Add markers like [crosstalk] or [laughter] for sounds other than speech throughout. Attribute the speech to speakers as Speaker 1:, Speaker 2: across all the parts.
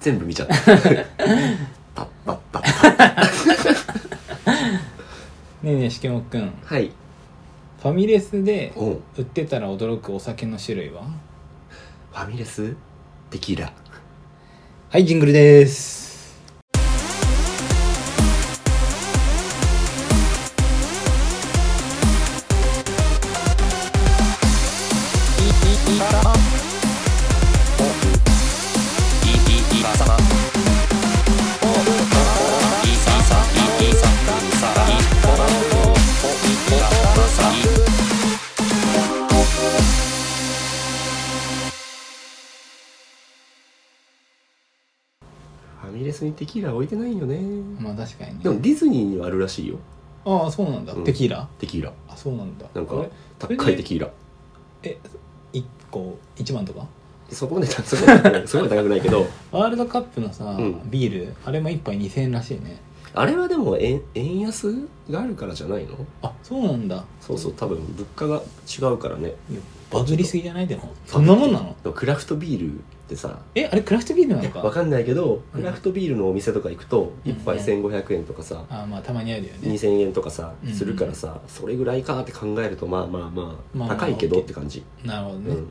Speaker 1: 全部見ちゃったタッタッタッタ
Speaker 2: ねえねえしけもっくん
Speaker 1: はい
Speaker 2: ファミレスで
Speaker 1: おう
Speaker 2: 売ってたら驚くお酒の種類は
Speaker 1: ファミレステキーラ
Speaker 2: はいジングルです
Speaker 1: ファミレスにテキーラ置いてないよね
Speaker 2: まあ確かに
Speaker 1: でも
Speaker 2: ね
Speaker 1: ディズニーにはあるらしいよ
Speaker 2: ああそうなんだ、
Speaker 1: うん
Speaker 2: テキーラ
Speaker 1: テキーラ
Speaker 2: あそうなんだ
Speaker 1: なんか
Speaker 2: これ
Speaker 1: 高
Speaker 2: それ
Speaker 1: い
Speaker 2: で
Speaker 1: テキーラ
Speaker 2: え一個1万とか
Speaker 1: そこまで [laughs] たそこまで高くないそこまで高くな
Speaker 2: [laughs]
Speaker 1: いけど
Speaker 2: ワールドカップのさ、
Speaker 1: うん
Speaker 2: ビールあれも1杯2000円らしいね
Speaker 1: あれはでも円円安があるからじゃないの
Speaker 2: あそうなんだ
Speaker 1: そうそう多分物価が違うからね
Speaker 2: いやバズりすぎじゃないでもそんなもんなの
Speaker 1: クラフトビールってさ
Speaker 2: えあれクラフトビールなのか
Speaker 1: わかんないけど
Speaker 2: うん
Speaker 1: クラフトビールのお店とか行くと
Speaker 2: うん
Speaker 1: 1杯1500円とかさ
Speaker 2: あまあたまにあるよね
Speaker 1: 2000円とかさ
Speaker 2: うん
Speaker 1: するからさそれぐらいかって考えるとまあまあま
Speaker 2: まあ
Speaker 1: あ
Speaker 2: まあ
Speaker 1: 高いけどって感じ
Speaker 2: なるほど
Speaker 1: う
Speaker 2: ね、
Speaker 1: ん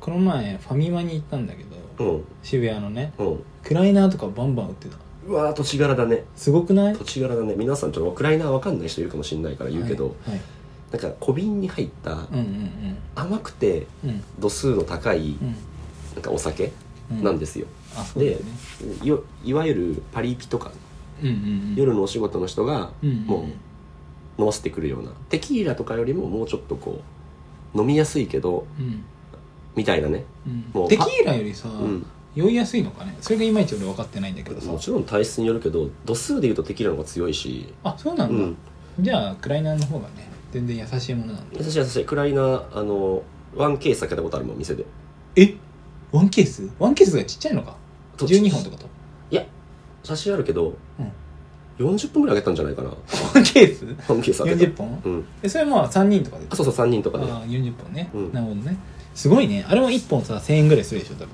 Speaker 2: この前ファミマに行ったんだけど
Speaker 1: うん
Speaker 2: 渋谷のね
Speaker 1: うん
Speaker 2: クライナーとかバンバン売ってた
Speaker 1: うわー土地柄だね
Speaker 2: すごくない
Speaker 1: 土地柄だね皆さんちょっとクライナーわかんない人いるかもしれないから言うけど、
Speaker 2: はいはい
Speaker 1: なんか小瓶に入った
Speaker 2: うんうん
Speaker 1: 甘くて
Speaker 2: うんうん
Speaker 1: 度数の高
Speaker 2: う
Speaker 1: い
Speaker 2: ん
Speaker 1: なんかお酒
Speaker 2: う
Speaker 1: なんですよ、
Speaker 2: あそうだよね
Speaker 1: よいわゆるパリピとか
Speaker 2: うんうんうん
Speaker 1: 夜のお仕事の人が
Speaker 2: うんうんうん
Speaker 1: もう飲ませてくるようなテキーラとかよりももうちょっとこう飲みやすいけど
Speaker 2: うん
Speaker 1: みたいなね、
Speaker 2: うん
Speaker 1: もう
Speaker 2: テキーラよりさ、
Speaker 1: うん、
Speaker 2: 酔いやすいのかねそれがいまいち俺分かってないんだけどさ
Speaker 1: もちろん体質によるけど度数でいうとテキーラの方が強いし、
Speaker 2: あそうな
Speaker 1: うん
Speaker 2: だ、
Speaker 1: ん、
Speaker 2: じゃあクライナーの方がね全然優しいものなんだ
Speaker 1: 優しい優しいクライナーあの 1K 避けたことあるもん店で
Speaker 2: えワンケースワンケースがちっちゃいのか12本ってこと
Speaker 1: 写真あるけど、
Speaker 2: うん
Speaker 1: 40分ぐらいあげたんじゃないかな [laughs]
Speaker 2: ワンケース
Speaker 1: 1K 避けた
Speaker 2: 40本
Speaker 1: うん、
Speaker 2: えそれまあ3人とかで
Speaker 1: あそうそう3人とかで
Speaker 2: ああ40本ね、
Speaker 1: うん
Speaker 2: なるほどねすごいねあれも1本さ1000円ぐらいするでしょ多分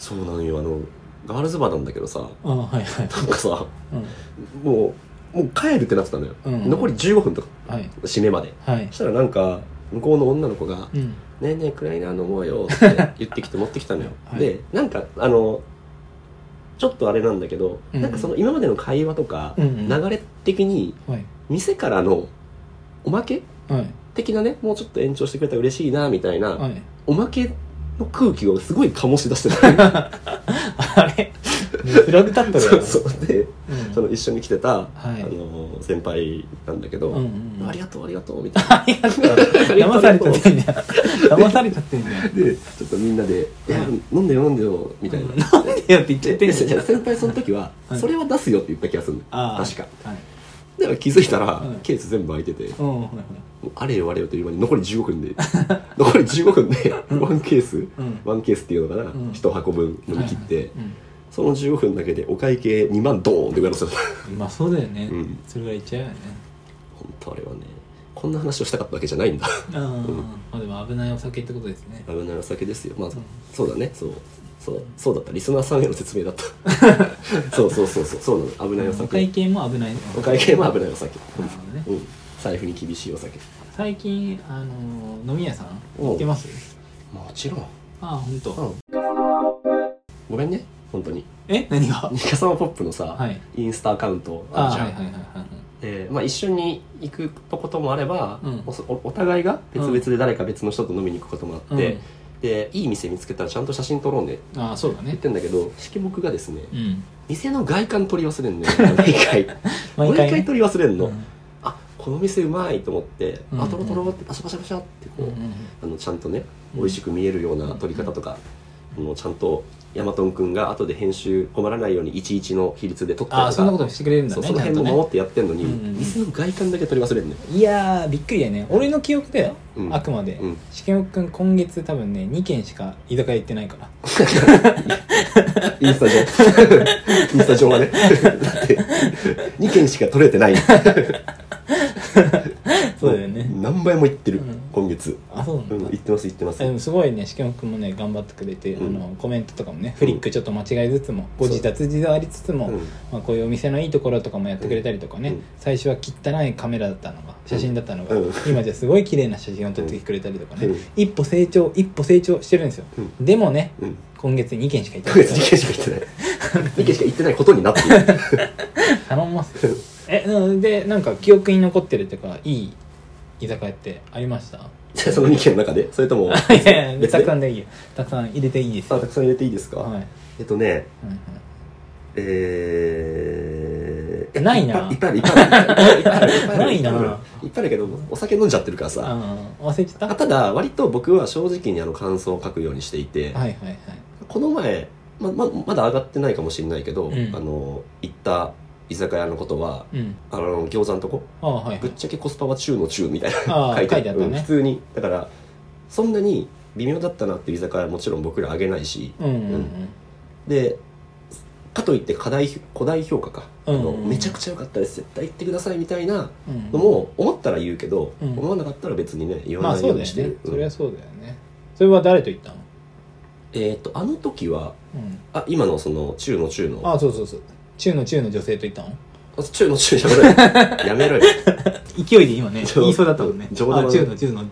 Speaker 1: そうなのよあのガールズバーなんだけどさ
Speaker 2: ああはいはい、
Speaker 1: なんかさ
Speaker 2: う
Speaker 1: もうもう帰るってなってたのよ、
Speaker 2: うん
Speaker 1: 残り15分と
Speaker 2: ん、
Speaker 1: か
Speaker 2: はい
Speaker 1: 締めまで
Speaker 2: はい
Speaker 1: そしたらなんか向こうの女の子が
Speaker 2: うん
Speaker 1: 「ねえねえクライナー飲もう
Speaker 2: [laughs]
Speaker 1: よ」って言ってきて持ってきたのよ、
Speaker 2: はい
Speaker 1: でなんかあのちょっとあれなんだけど、
Speaker 2: うん
Speaker 1: なんかその今までの会話とか、
Speaker 2: うんうん
Speaker 1: 流れ的に
Speaker 2: はい
Speaker 1: 店からのおまけ
Speaker 2: はい
Speaker 1: 的なねもうちょっと延長してくれたら嬉しいなみたいな、
Speaker 2: はい
Speaker 1: おまけの空気をすごい醸し出して
Speaker 2: [laughs]
Speaker 1: た
Speaker 2: あれ [laughs] フラグ立っとる
Speaker 1: [laughs] そう
Speaker 2: う、
Speaker 1: そうで
Speaker 2: うん、
Speaker 1: その一緒に来てた、
Speaker 2: はい
Speaker 1: あの先輩なんだけど、
Speaker 2: うんうんうん
Speaker 1: ありがとうありがとうみたいなありがとう
Speaker 2: 騙された
Speaker 1: あり
Speaker 2: っ
Speaker 1: が
Speaker 2: て
Speaker 1: とうん
Speaker 2: じゃん騙されたってんじゃん
Speaker 1: でちょっとみんなで「いや飲んでよ飲んでよ」みたいな、
Speaker 2: うんなんでよって言っちゃってん
Speaker 1: で
Speaker 2: じゃん
Speaker 1: 先輩その時は、
Speaker 2: [laughs] はい
Speaker 1: それは出すよって言った気がする
Speaker 2: ああ
Speaker 1: [laughs] 確か
Speaker 2: はい
Speaker 1: だから気づいたら、
Speaker 2: うん
Speaker 1: ケース全部開いてて
Speaker 2: うんはいはい
Speaker 1: もうあれよあれよという間に残り15分で [laughs] 残り15分でワンケース、
Speaker 2: ん
Speaker 1: ワンケースっていうのかな、
Speaker 2: うん
Speaker 1: 一箱分飲み切って、
Speaker 2: はいはい
Speaker 1: その15分だけでお会計2万ドーンって上乗せた
Speaker 2: [laughs] うん、まあそうだよね、
Speaker 1: うん
Speaker 2: それぐらいいっちゃうよね
Speaker 1: 本当あれはねこんな話をしたかったわけじゃないんだ [laughs]
Speaker 2: あ、あでも危ないお酒ってことですね
Speaker 1: 危ないお酒ですよまあ、
Speaker 2: ん
Speaker 1: そうだねそうそうそうだったリスナーさんへの説明だった
Speaker 2: [laughs]
Speaker 1: そうそうそうそうそうなの危ないお
Speaker 2: お
Speaker 1: 酒
Speaker 2: 会計も危ない
Speaker 1: お会計も危ないお酒
Speaker 2: なるほどね
Speaker 1: うん財布に厳しいお酒
Speaker 2: 最近あのー飲み屋さん
Speaker 1: おう
Speaker 2: 行ってます
Speaker 1: もちろん、
Speaker 2: ああ本当、
Speaker 1: ごめんね本当に
Speaker 2: え何が
Speaker 1: ニカサマポップのさ、
Speaker 2: はい
Speaker 1: インスタアカウント
Speaker 2: あ
Speaker 1: あ
Speaker 2: あ
Speaker 1: るじゃん、
Speaker 2: はいはいはいはいはい
Speaker 1: でまあ、一緒に行くとこともあれば、
Speaker 2: うん
Speaker 1: おそおお互いが別々で誰か別の人と飲みに行くこともあって、
Speaker 2: うん
Speaker 1: でいい店見つけたらちゃんと写真撮ろうねって
Speaker 2: ああそうだね
Speaker 1: 言ってんだけど式目がですね、
Speaker 2: うん
Speaker 1: 店の外観撮り忘れんのよ毎回
Speaker 2: [laughs] 毎
Speaker 1: 毎
Speaker 2: 回ね
Speaker 1: 回撮り忘れんの、
Speaker 2: うん
Speaker 1: あこの店うまいと思って、
Speaker 2: うん
Speaker 1: あ撮ろう撮ろうってパシャパシャパシャってこう、
Speaker 2: うんうん
Speaker 1: あのちゃんとね美味しく見えるような撮り方とか、あのちゃんとヤマトン君が後で編集困らないように11の比率で撮ったり
Speaker 2: ああそんなこと
Speaker 1: か
Speaker 2: もしてくれるんだ
Speaker 1: そう
Speaker 2: ね
Speaker 1: その
Speaker 2: ちゃん
Speaker 1: 辺
Speaker 2: と
Speaker 1: も守
Speaker 2: ね
Speaker 1: ってやってんのに、
Speaker 2: うんうん
Speaker 1: 店の外観だけ撮り忘れんのよ
Speaker 2: いやーびっくりだよね俺の記憶だよ、
Speaker 1: うん
Speaker 2: あくまで、
Speaker 1: うん
Speaker 2: しけもくん今月多分ね2軒しか居酒屋行ってないから
Speaker 1: インスタ上 [laughs] インスタ上はねだって2件しか撮れてないそう
Speaker 2: そうだよね
Speaker 1: 何倍も行ってる、
Speaker 2: うん
Speaker 1: 今月、
Speaker 2: あそうなんだ、
Speaker 1: うん、行ってます行ってます
Speaker 2: でもすごいねしきもくんもね頑張ってくれて、
Speaker 1: うん
Speaker 2: あのコメントとかもねフリックちょっと間違えつつも誤字脱字でありつつも、
Speaker 1: うん
Speaker 2: まあ、こういうお店のいいところとかもやってくれたりとかね、
Speaker 1: うん
Speaker 2: 最初は汚いカメラだったのが写真だったのが、
Speaker 1: うん
Speaker 2: 今じゃすごい綺麗な写真を撮ってくれたりとかね、
Speaker 1: うん
Speaker 2: 一歩成長一歩成長してるんですよ、
Speaker 1: う
Speaker 2: でもね
Speaker 1: うん
Speaker 2: 今月2件しか行って
Speaker 1: 今
Speaker 2: ない
Speaker 1: 月2件しか行ってない
Speaker 2: [laughs]
Speaker 1: 2件しか行ってないことになっている
Speaker 2: 頼みますよえなのでなんか記憶に残ってるっていうかいい居酒屋ってありました
Speaker 1: じゃあその2件の中でそれとも
Speaker 2: いやいや
Speaker 1: 別
Speaker 2: たく
Speaker 1: で
Speaker 2: さ
Speaker 1: あ
Speaker 2: んでいいよたくさん入れていいです
Speaker 1: た
Speaker 2: よ
Speaker 1: くさん入れていいですか、
Speaker 2: はい、
Speaker 1: えっとね
Speaker 2: うんうん
Speaker 1: えー
Speaker 2: ないない
Speaker 1: っぱいあるいっぱいあるいっぱいあるいっぱいある
Speaker 2: ないない
Speaker 1: っぱいあるけどお酒飲んじゃってるからさ
Speaker 2: あー忘れちゃった
Speaker 1: あただ割と僕は正直にあの感想を書くようにしてい
Speaker 2: はい
Speaker 1: て、
Speaker 2: はいはい
Speaker 1: この前まままだ上がってないかもしれないけど、
Speaker 2: うん
Speaker 1: あの行った居酒屋のことは
Speaker 2: うん
Speaker 1: あの餃子のとこ
Speaker 2: あーはいは
Speaker 1: ぶっ
Speaker 2: い
Speaker 1: ちゃけコスパは中の中みたい
Speaker 2: あー
Speaker 1: な書いてあ
Speaker 2: 書いてあ
Speaker 1: る
Speaker 2: ったね
Speaker 1: うん普通にだからそんなに微妙だったなっていう居酒屋はもちろん僕らあげないし
Speaker 2: うんうんうん
Speaker 1: でかといって過大古代評価か、
Speaker 2: うん
Speaker 1: あのめちゃくちゃ良かったです絶対行ってくださいみたいな
Speaker 2: うん
Speaker 1: のも思ったら言うけど、
Speaker 2: うん
Speaker 1: 思わなかったら別にね言
Speaker 2: ま
Speaker 1: わ
Speaker 2: あ
Speaker 1: ないよ
Speaker 2: そうう
Speaker 1: に
Speaker 2: だよ
Speaker 1: して
Speaker 2: ね
Speaker 1: る、
Speaker 2: それ
Speaker 1: うん
Speaker 2: はそうだよねそれは誰と行ったの
Speaker 1: えーっとあの時は
Speaker 2: うん
Speaker 1: あ今のその中の中の
Speaker 2: あそうそうそう中の中の女性と行ったの
Speaker 1: あ中の中じゃないや
Speaker 2: [laughs]
Speaker 1: めろよ
Speaker 2: 勢いで今ね
Speaker 1: ちょ
Speaker 2: 言いそうだったもんねあ
Speaker 1: 冗談
Speaker 2: 中の中の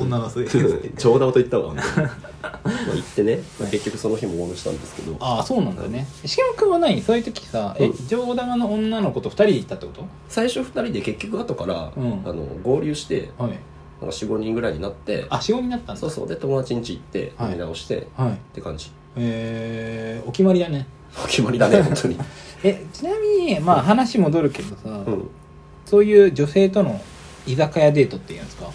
Speaker 2: 女のそういうやつって
Speaker 1: 冗談と言ったわ本
Speaker 2: [laughs]
Speaker 1: 当にまあ行ってね、まあ結局その日も応募したんですけど
Speaker 2: ああそうなんだねしげむくんは何そういう時さえ
Speaker 1: うん
Speaker 2: 上玉の女の子と2人で行ったってこ
Speaker 1: 最初2人で結局後から、
Speaker 2: うん
Speaker 1: あの合流して
Speaker 2: とはい
Speaker 1: なんか45人ぐらいになって
Speaker 2: あ仕事になったんだ
Speaker 1: そうそうで友達ん家行って
Speaker 2: はい
Speaker 1: 見直して、っ
Speaker 2: はい
Speaker 1: て感じ [laughs]
Speaker 2: えー、お決まりだね
Speaker 1: お決まりだね本当に
Speaker 2: えちなみにまあ話戻るけどさ、
Speaker 1: うん、うん、
Speaker 2: そういう女性との居酒屋デートっていうんですか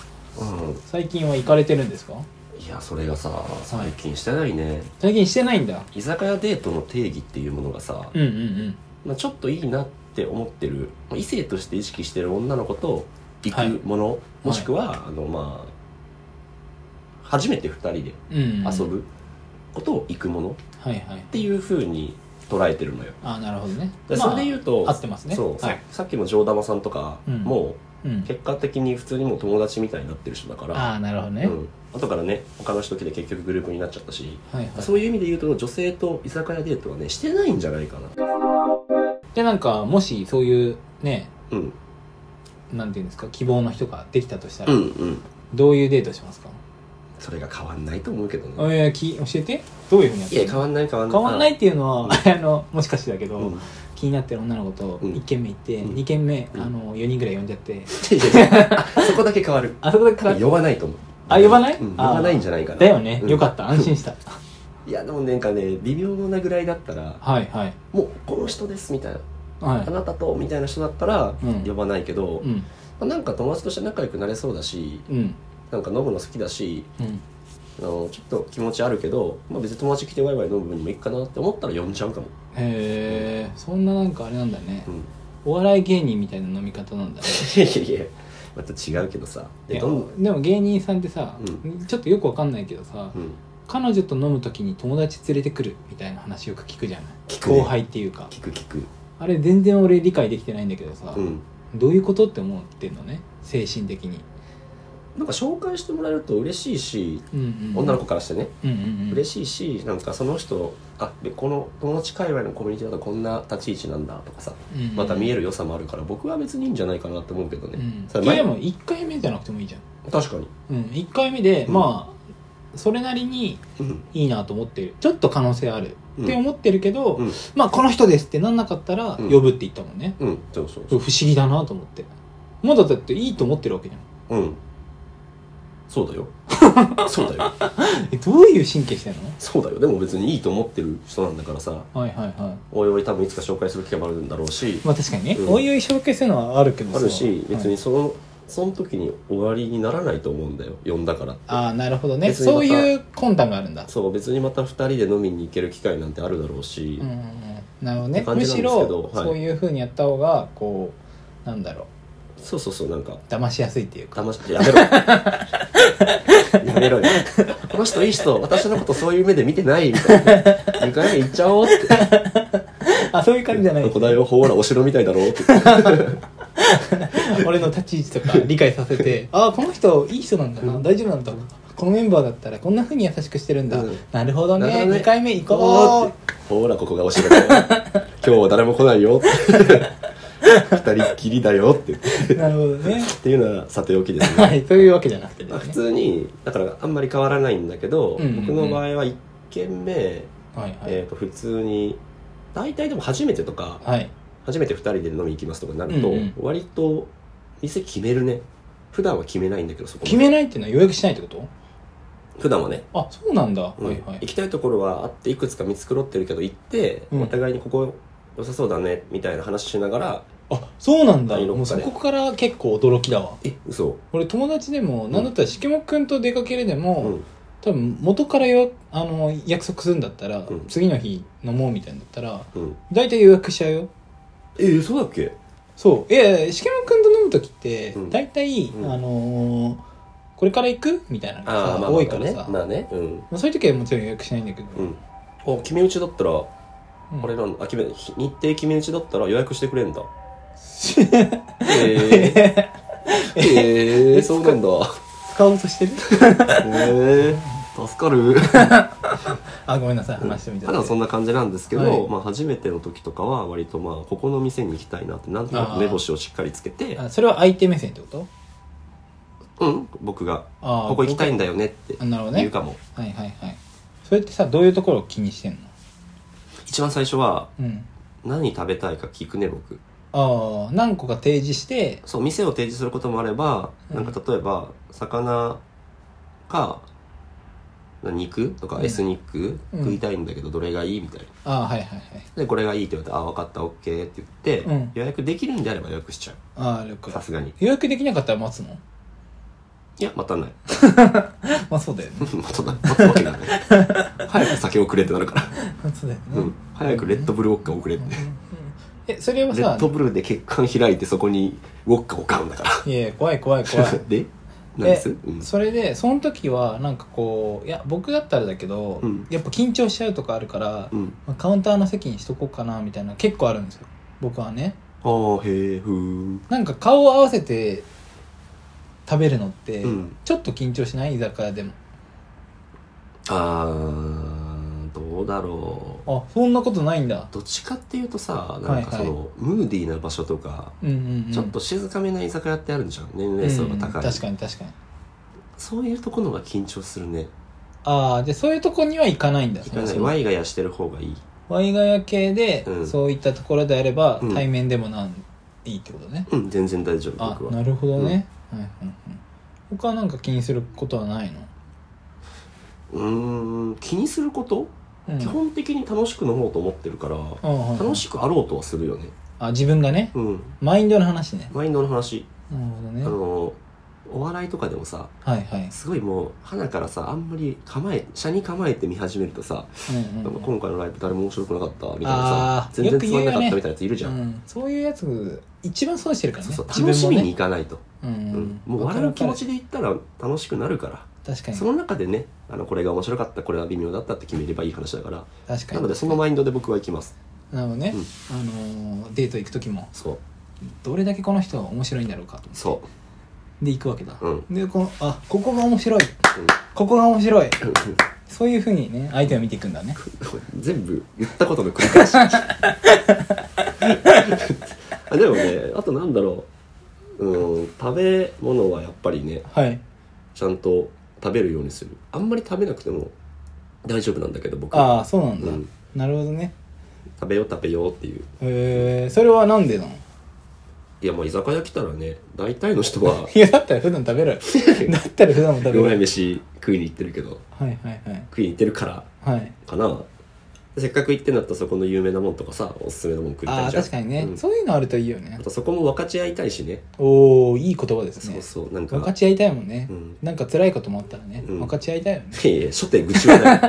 Speaker 2: 最近は行かれてるんですか
Speaker 1: いやそれがさ最近してないね、
Speaker 2: 最近してないんだ
Speaker 1: 居酒屋デートの定義っていうものがさ、
Speaker 2: うんうんうん
Speaker 1: まあ、ちょっといいなって思ってるまあ異性として意識してる女の子と行
Speaker 2: はい
Speaker 1: くもの、もしくは、あのまあ初めて2人で
Speaker 2: うんうん、
Speaker 1: 遊ぶことを行くものっ
Speaker 2: はいはい
Speaker 1: ていうふうに捉えてるのよ
Speaker 2: あなるほどね
Speaker 1: でそれで言うと、
Speaker 2: まあ合ってますね
Speaker 1: そう、
Speaker 2: はい
Speaker 1: ささっきの上玉さんとか、
Speaker 2: うん
Speaker 1: も
Speaker 2: う、
Speaker 1: うん結果的に普通にもう友達みたいになってる人だから
Speaker 2: ああなるほどね、
Speaker 1: うん、後からね他の人来て結局グループになっちゃったし、
Speaker 2: はいはい
Speaker 1: そういう意味で言うと女性と居酒屋デートはねしてないんじゃないかな
Speaker 2: でなんかもしそういうね
Speaker 1: うん
Speaker 2: なんていうんですか希望の人ができたとした
Speaker 1: う
Speaker 2: ら、
Speaker 1: んうん
Speaker 2: どういうデートしますか
Speaker 1: それが変わんないと思うけどね
Speaker 2: えー、き教えてどういうふうにやっ
Speaker 1: い
Speaker 2: て
Speaker 1: や
Speaker 2: る
Speaker 1: 変わんない変わんない
Speaker 2: 変わんないっていうのは
Speaker 1: うん
Speaker 2: あのもしかしてだけど、
Speaker 1: うん [laughs]
Speaker 2: 気になってる女の子と
Speaker 1: うん
Speaker 2: 1軒目行って、
Speaker 1: うん
Speaker 2: 2軒目、
Speaker 1: うん
Speaker 2: あの4人ぐらい呼んじゃって、
Speaker 1: いやいやいやそこだけ変わる
Speaker 2: あそこでかか
Speaker 1: 呼ばないと思う
Speaker 2: あ呼ばない
Speaker 1: うん呼
Speaker 2: あー
Speaker 1: ばないんじゃないかな
Speaker 2: だよね、
Speaker 1: うん
Speaker 2: よかった安心した
Speaker 1: いやでもなんかね微妙なぐらいだったら
Speaker 2: はいはい
Speaker 1: もうこの人ですみたいなあ
Speaker 2: は
Speaker 1: なたとみたいな人だったら
Speaker 2: うん
Speaker 1: 呼ばないけど、
Speaker 2: いうん
Speaker 1: まあなんか友達として仲良くなれそうだし
Speaker 2: うん
Speaker 1: なんか飲むの好きだし
Speaker 2: うん
Speaker 1: あのちょっと気持ちあるけど、まあ、別に友達来てワイワイ飲む分にもいいかなって思ったら呼んじゃうかも、
Speaker 2: へえそんななんかあれなんだね
Speaker 1: うん、い
Speaker 2: お笑い芸人みたいな飲み方なんだね
Speaker 1: やいやいやまた違うけどさ
Speaker 2: い
Speaker 1: で
Speaker 2: や
Speaker 1: どんどん、
Speaker 2: でも芸人さんってさ、
Speaker 1: う
Speaker 2: ちょっとよくわかんないけどさ、
Speaker 1: うん、
Speaker 2: 彼女と飲む時に友達連れてくるみたいな話よく聞くじゃない
Speaker 1: 聞くね
Speaker 2: 後輩っていうか
Speaker 1: 聞く聞く
Speaker 2: あれ全然俺理解できてないんだけどさ、
Speaker 1: うん
Speaker 2: どういうことって思ってんのね精神的に、
Speaker 1: なんか紹介してもらえると嬉しいし
Speaker 2: うんうんうん、
Speaker 1: 女の子からしてね、
Speaker 2: うんうんうん
Speaker 1: 嬉しいしなんかその人あでこの友達界隈のコミュニティだとこんな立ち位置なんだとかさ
Speaker 2: うんうん
Speaker 1: また見える良さもあるから僕は別にいいんじゃないかなと思うけど
Speaker 2: う
Speaker 1: ね、
Speaker 2: ん
Speaker 1: それ
Speaker 2: いやで
Speaker 1: 前
Speaker 2: も1回目じゃなくてもいいじゃん
Speaker 1: 確かに、
Speaker 2: うん、1回目で、
Speaker 1: うん
Speaker 2: まあそれなりに
Speaker 1: うん
Speaker 2: いいなと思ってるちょっと可能性ある、
Speaker 1: うん
Speaker 2: って思ってるけど、
Speaker 1: うん
Speaker 2: まあこの人ですってなんなかったら
Speaker 1: うん
Speaker 2: 呼ぶって言ったもんね、
Speaker 1: うん、そうそう
Speaker 2: 不
Speaker 1: そう
Speaker 2: 思議だなと思ってまだだっていいと思ってるわけじゃん
Speaker 1: うんそ
Speaker 2: [laughs]
Speaker 1: うだよそうだよ
Speaker 2: えどういう神経してんの
Speaker 1: そうだよでも別にいいと思ってる人なんだからさ
Speaker 2: はいはいはい
Speaker 1: おいおい多分いつか紹介する機会もあるんだろうし
Speaker 2: まあ確かにね、
Speaker 1: うん
Speaker 2: おいおい紹介するのはあるけど
Speaker 1: あ
Speaker 2: さ
Speaker 1: るし別
Speaker 2: はい
Speaker 1: にその、その時に終わりにならないと思うんだよ呼んだからって
Speaker 2: ああなるほどね
Speaker 1: 別にまた
Speaker 2: そういう魂胆があるんだ
Speaker 1: そう別にまた2人で飲みに行ける機会なんてあるだろうし、
Speaker 2: うんうんうんなるほど
Speaker 1: っ
Speaker 2: ね
Speaker 1: て感
Speaker 2: む
Speaker 1: じなん
Speaker 2: し
Speaker 1: ですけど
Speaker 2: ろ、
Speaker 1: はい
Speaker 2: そういうふうにやった方がこうなんだろ
Speaker 1: そうそうそうなんか
Speaker 2: う騙しやすいって
Speaker 1: [laughs]
Speaker 2: いうか
Speaker 1: 騙してやめろやめろよこの人いい人私のことそういう目で見てないみたいな2回目行っち
Speaker 2: [laughs]
Speaker 1: ゃおうって
Speaker 2: あそういう感じじゃない
Speaker 1: こだよほらお城みたいだろうって
Speaker 2: [laughs] 俺の立ち位置とか理解させ
Speaker 1: [laughs]
Speaker 2: てああこの人いい人なんだな、
Speaker 1: うん
Speaker 2: 大丈夫なんだ、
Speaker 1: うん
Speaker 2: このメンバーだったらこんなふうに優しくしてるんだ、
Speaker 1: うん
Speaker 2: なるほど
Speaker 1: なる
Speaker 2: ね
Speaker 1: ほどね
Speaker 2: 2回目行こう
Speaker 1: ほらここがお城だよ今日は誰も来ないよ二人っきりだよってっ
Speaker 2: なるほどね [laughs]
Speaker 1: ていうのはさておきですね
Speaker 2: はいそういうわけじゃなくて
Speaker 1: まあ、普
Speaker 2: ですね
Speaker 1: 通にだからあんまり変わらないんだけど、
Speaker 2: うんうんうん
Speaker 1: 僕の場合は1軒目、
Speaker 2: はいはい、
Speaker 1: えー、と普通に大体でも初めてとか
Speaker 2: はい
Speaker 1: 初めて2人で飲み行きますとかになると、
Speaker 2: うんうん
Speaker 1: 割と店決めるね普段は決めないんだけどそこまで
Speaker 2: 決めないっていうのは予約しないってこと
Speaker 1: 普段はね、
Speaker 2: あそうなんだ、
Speaker 1: うん
Speaker 2: はいはい
Speaker 1: 行きたいところはあっていくつか見繕ってるけど行って、
Speaker 2: うん
Speaker 1: お互いにここ良さそうだねみたいな話しながら
Speaker 2: あそうなんだ
Speaker 1: 第六
Speaker 2: もうそ
Speaker 1: 課で
Speaker 2: こから結構驚きだわ
Speaker 1: え嘘
Speaker 2: 俺友達でも何だったらしけもくんと出かけるで
Speaker 1: う
Speaker 2: も、
Speaker 1: ん
Speaker 2: 多分元からよあの約束するんだったら、
Speaker 1: うん
Speaker 2: 次の日飲もうみたいになったら
Speaker 1: うん
Speaker 2: 大体予約しちゃうよ
Speaker 1: えーそうだっけ
Speaker 2: そういやいやしけもくんと飲む時って、
Speaker 1: うん
Speaker 2: 大体、
Speaker 1: うん
Speaker 2: あのーこれから行くみたいなのがさ
Speaker 1: ああまあ
Speaker 2: 多いからさ、
Speaker 1: まあね,、まあ、ね
Speaker 2: まあそういう時はもちろん予約しないんだけど、
Speaker 1: うんうんあ決め打ちだったら
Speaker 2: うん
Speaker 1: あれなんだあ決め日日程決め打ちだったら予約してくれん
Speaker 2: [laughs]
Speaker 1: だ
Speaker 2: えへ
Speaker 1: え
Speaker 2: へ
Speaker 1: ー、えー、そうなんだ
Speaker 2: 使おうとしてる [laughs]
Speaker 1: えー、助かる
Speaker 2: あごめんなさい話してみちゃ
Speaker 1: た
Speaker 2: って
Speaker 1: だそんな感じなんですけど、
Speaker 2: はい
Speaker 1: まあ、初めての時とかは割とまあここの店に行きたいなってなんとなく目星をしっかりつけて
Speaker 2: あそれは相手目線ってこと
Speaker 1: うん僕が
Speaker 2: ああ
Speaker 1: ここ行きたいんだよねって
Speaker 2: あなるほど
Speaker 1: 言
Speaker 2: ね
Speaker 1: うかも、
Speaker 2: はいはいはいそれってさどういうところを気にしてんの
Speaker 1: 一番最初は
Speaker 2: うん
Speaker 1: 何食べたいか聞くね僕
Speaker 2: ああ何個か提示して
Speaker 1: そう店を提示することもあれば、
Speaker 2: うん
Speaker 1: なんか例えば魚か肉と
Speaker 2: う
Speaker 1: か
Speaker 2: ん
Speaker 1: S 肉、
Speaker 2: うん
Speaker 1: 食いたいんだけどどれがいいみたいな
Speaker 2: ああはいはいはい
Speaker 1: でこれがいいって言われて「あ分かったオッケーって言って、
Speaker 2: うん
Speaker 1: 予約できるんであれば予約しちゃう
Speaker 2: ああ了解
Speaker 1: さすがに
Speaker 2: 予約できなかったら待つ
Speaker 1: [laughs]
Speaker 2: の
Speaker 1: いや待たない [laughs]
Speaker 2: まあそうだよね
Speaker 1: 待たない待つわ
Speaker 2: [laughs]
Speaker 1: けがない早く酒をくれってなるから、
Speaker 2: まあ [laughs] そうだよね、
Speaker 1: うん、早くレッドブルウォッカをくれっ
Speaker 2: うん
Speaker 1: て
Speaker 2: えそれは
Speaker 1: レッ
Speaker 2: さ
Speaker 1: ドブルで血管開いてそこにウォッカを買うんだから
Speaker 2: いやいや怖い怖い怖い
Speaker 1: で何
Speaker 2: え
Speaker 1: ですうん
Speaker 2: それでその時はなんかこういや僕だったらだけど、
Speaker 1: うん
Speaker 2: やっぱ緊張しちゃうとかあるから、
Speaker 1: うん
Speaker 2: まあカウンターの席にしとこうかなみたいな結構あるんですよ僕はね
Speaker 1: ああへえふーん
Speaker 2: なんか顔を合わせて食べるのって、
Speaker 1: うん
Speaker 2: ちょっと緊張しない居酒屋でも
Speaker 1: あーどうだろう
Speaker 2: あそんなことないんだ
Speaker 1: どっちかっていうとさなんかその、
Speaker 2: は
Speaker 1: ムーディーな場所とか、
Speaker 2: うんうん、うん、
Speaker 1: ちょっと静かめな居酒屋ってあるじゃん年齢層が高い、
Speaker 2: うん確かに確かに
Speaker 1: そういうとこのが緊張するね
Speaker 2: ああでそういうとこには行かないんだ
Speaker 1: 行か
Speaker 2: そ
Speaker 1: な
Speaker 2: も
Speaker 1: い
Speaker 2: そも
Speaker 1: ワイガヤしてる方がいい
Speaker 2: ワイガヤ系で、
Speaker 1: うん
Speaker 2: そういったところであれば、
Speaker 1: うん
Speaker 2: 対面でもなんいいってことね
Speaker 1: うん全然大丈夫
Speaker 2: あ
Speaker 1: 僕は
Speaker 2: なるほどね、はいはいはい他なんか気にすることはないの、
Speaker 1: うーん気にすること、
Speaker 2: うん、
Speaker 1: 基本的に楽しく飲もうと思ってるから、
Speaker 2: うんうん
Speaker 1: 楽しくあろうとはするよね
Speaker 2: あ自分がね
Speaker 1: うん
Speaker 2: マインドの話ね
Speaker 1: マインドの話、
Speaker 2: なるほどね
Speaker 1: あのお笑いとかでもさ
Speaker 2: はいはい、
Speaker 1: すごいもう花からさあんまり構え車に構えて見始めるとさ
Speaker 2: うんうん
Speaker 1: なんか今回のライブ誰も面白くなかったみたいな
Speaker 2: あ
Speaker 1: さ
Speaker 2: ー
Speaker 1: 全然つまんなかっ
Speaker 2: よく言うよ
Speaker 1: た
Speaker 2: ね
Speaker 1: みたいなやついるじゃん、
Speaker 2: うん、そういうやつ一番損してるからね
Speaker 1: そうそう楽しみに行
Speaker 2: 自
Speaker 1: かないと、
Speaker 2: 分もね、
Speaker 1: う
Speaker 2: うんん、
Speaker 1: もう笑う気持
Speaker 2: わかる
Speaker 1: ちで行ったら楽しくなるから、
Speaker 2: わかる確かに
Speaker 1: その中でねあのこれが面白かったこれは微妙だったって決めればいい話だから、
Speaker 2: 確か
Speaker 1: な
Speaker 2: に
Speaker 1: のでそのマインドで僕は行きます
Speaker 2: なのでね、
Speaker 1: うん
Speaker 2: あのーデート行く時も
Speaker 1: そう
Speaker 2: どれだけこの人は面白いんだろうかと
Speaker 1: そ
Speaker 2: で行くわけだ、
Speaker 1: ううん、うん、 [laughs]
Speaker 2: でこのあここが面白いここが面白いそういうふうにね相手を見ていくんだね
Speaker 1: 全部言ったことの繰り
Speaker 2: [laughs]
Speaker 1: 返しあでもねあとなんだろううん食べ物はやっぱりね
Speaker 2: はい
Speaker 1: ちゃんと食べるようにするあんまり食べなくても大丈夫なんだけど僕
Speaker 2: ああそうなんだ、
Speaker 1: うん
Speaker 2: なるほどね
Speaker 1: 食べよう食べようっていう
Speaker 2: えー、それはなんでなの [laughs]
Speaker 1: いやもう居酒屋来たらね大体の人は
Speaker 2: いやだったら普段 [laughs] 食べろ
Speaker 1: [laughs]
Speaker 2: よだったら普段も食べろ
Speaker 1: 両
Speaker 2: よ
Speaker 1: 替飯食いに行ってるけど
Speaker 2: はいはいはい
Speaker 1: 食いに行ってるから
Speaker 2: はい
Speaker 1: かなせっかく行ってんだったらそこの有名なもんとかさおすすめのもん食い
Speaker 2: あ
Speaker 1: たい
Speaker 2: あ
Speaker 1: じゃん
Speaker 2: 確かにね、
Speaker 1: うん
Speaker 2: そういうのあるといいよね
Speaker 1: あとそこも分かち合いたいしね
Speaker 2: おおいい言葉です
Speaker 1: そ
Speaker 2: ね
Speaker 1: うそうなんか
Speaker 2: 分かち合いたいもんね、
Speaker 1: うん
Speaker 2: なんか辛いこともあったらね、
Speaker 1: うん
Speaker 2: 分かち合いたいよね
Speaker 1: [laughs] いやいや初手愚痴はない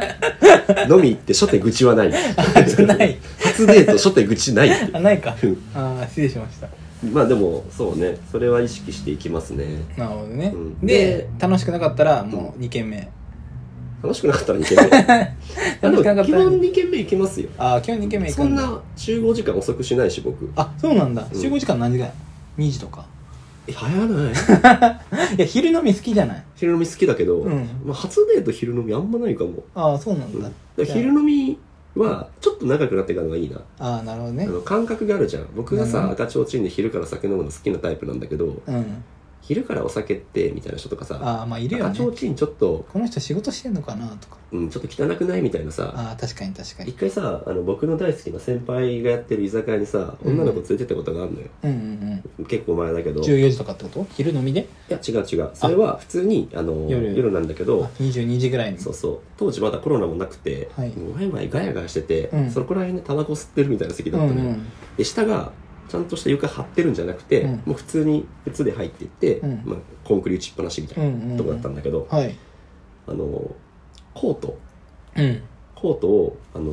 Speaker 2: [laughs]
Speaker 1: 飲み行って初手愚痴はない
Speaker 2: ない
Speaker 1: 初デート初手愚痴ないって
Speaker 2: あないか
Speaker 1: うん
Speaker 2: ああ失礼しました
Speaker 1: まあでもそうねそれは意識していきますね
Speaker 2: なるほどね、
Speaker 1: うん
Speaker 2: で
Speaker 1: で
Speaker 2: 楽しくなかったらもう2軒目、
Speaker 1: 楽しくなかったら2
Speaker 2: [laughs]
Speaker 1: 軒目あ
Speaker 2: 楽しくなかった
Speaker 1: でも基
Speaker 2: ら
Speaker 1: 本2軒目行きますよ
Speaker 2: ああ今日2軒目行
Speaker 1: そ
Speaker 2: く
Speaker 1: ん
Speaker 2: んだ
Speaker 1: な集合時間遅くしないし僕
Speaker 2: あそうなんだ
Speaker 1: うん
Speaker 2: 集合時間何時ぐらい、 2時とか
Speaker 1: え流行ら
Speaker 2: [laughs]
Speaker 1: ない
Speaker 2: いや昼飲み好きじゃない
Speaker 1: 昼飲み好きだけど、
Speaker 2: うん
Speaker 1: まあ、初デート昼飲みあんまないかも、
Speaker 2: ああそうなん
Speaker 1: うんだ
Speaker 2: だ、
Speaker 1: から昼飲みはちょっと長くなってからのがいいな
Speaker 2: ああなるほど
Speaker 1: あ
Speaker 2: ね
Speaker 1: の感覚があるじゃん僕が
Speaker 2: う
Speaker 1: さ
Speaker 2: ん
Speaker 1: 赤ちょうちんで昼から酒飲むの好きなタイプなんだけど
Speaker 2: うん
Speaker 1: 昼からお酒ってみたいな人とかさ
Speaker 2: ああまあいるよ
Speaker 1: 赤
Speaker 2: ね
Speaker 1: ちょうちんちょっと、
Speaker 2: この人仕事してんのかなとか
Speaker 1: うん、ちょっと汚くないみたいなさ
Speaker 2: ああ確かに確か
Speaker 1: 一
Speaker 2: に
Speaker 1: 回さあの僕の大好きな先輩がやってる居酒屋にさ女の子連れてったことがあるのよ、
Speaker 2: うんうん
Speaker 1: 結構前だけ
Speaker 2: う
Speaker 1: ど
Speaker 2: ん
Speaker 1: い
Speaker 2: 14時とかってこと昼飲みで
Speaker 1: や違う違うそれは普通にあの
Speaker 2: 夜
Speaker 1: 夜なんだけど
Speaker 2: あ22時ぐらいに
Speaker 1: そうそう当時まだコロナもなくて、
Speaker 2: はい
Speaker 1: もうワイワイガヤガヤしてて、
Speaker 2: うん
Speaker 1: そこら辺でタバコ吸ってるみたいな席だ
Speaker 2: う
Speaker 1: ったの
Speaker 2: ん
Speaker 1: よ、
Speaker 2: うん
Speaker 1: で下がちゃんとした床張ってるんじゃなくて、
Speaker 2: うん
Speaker 1: もう普通に靴で入っていって、
Speaker 2: うん
Speaker 1: まあ、コンクリ打ちっぱなしみた
Speaker 2: う
Speaker 1: い
Speaker 2: んうん
Speaker 1: なとこだったんだけど、
Speaker 2: はい
Speaker 1: あのコート
Speaker 2: うん
Speaker 1: コートをあの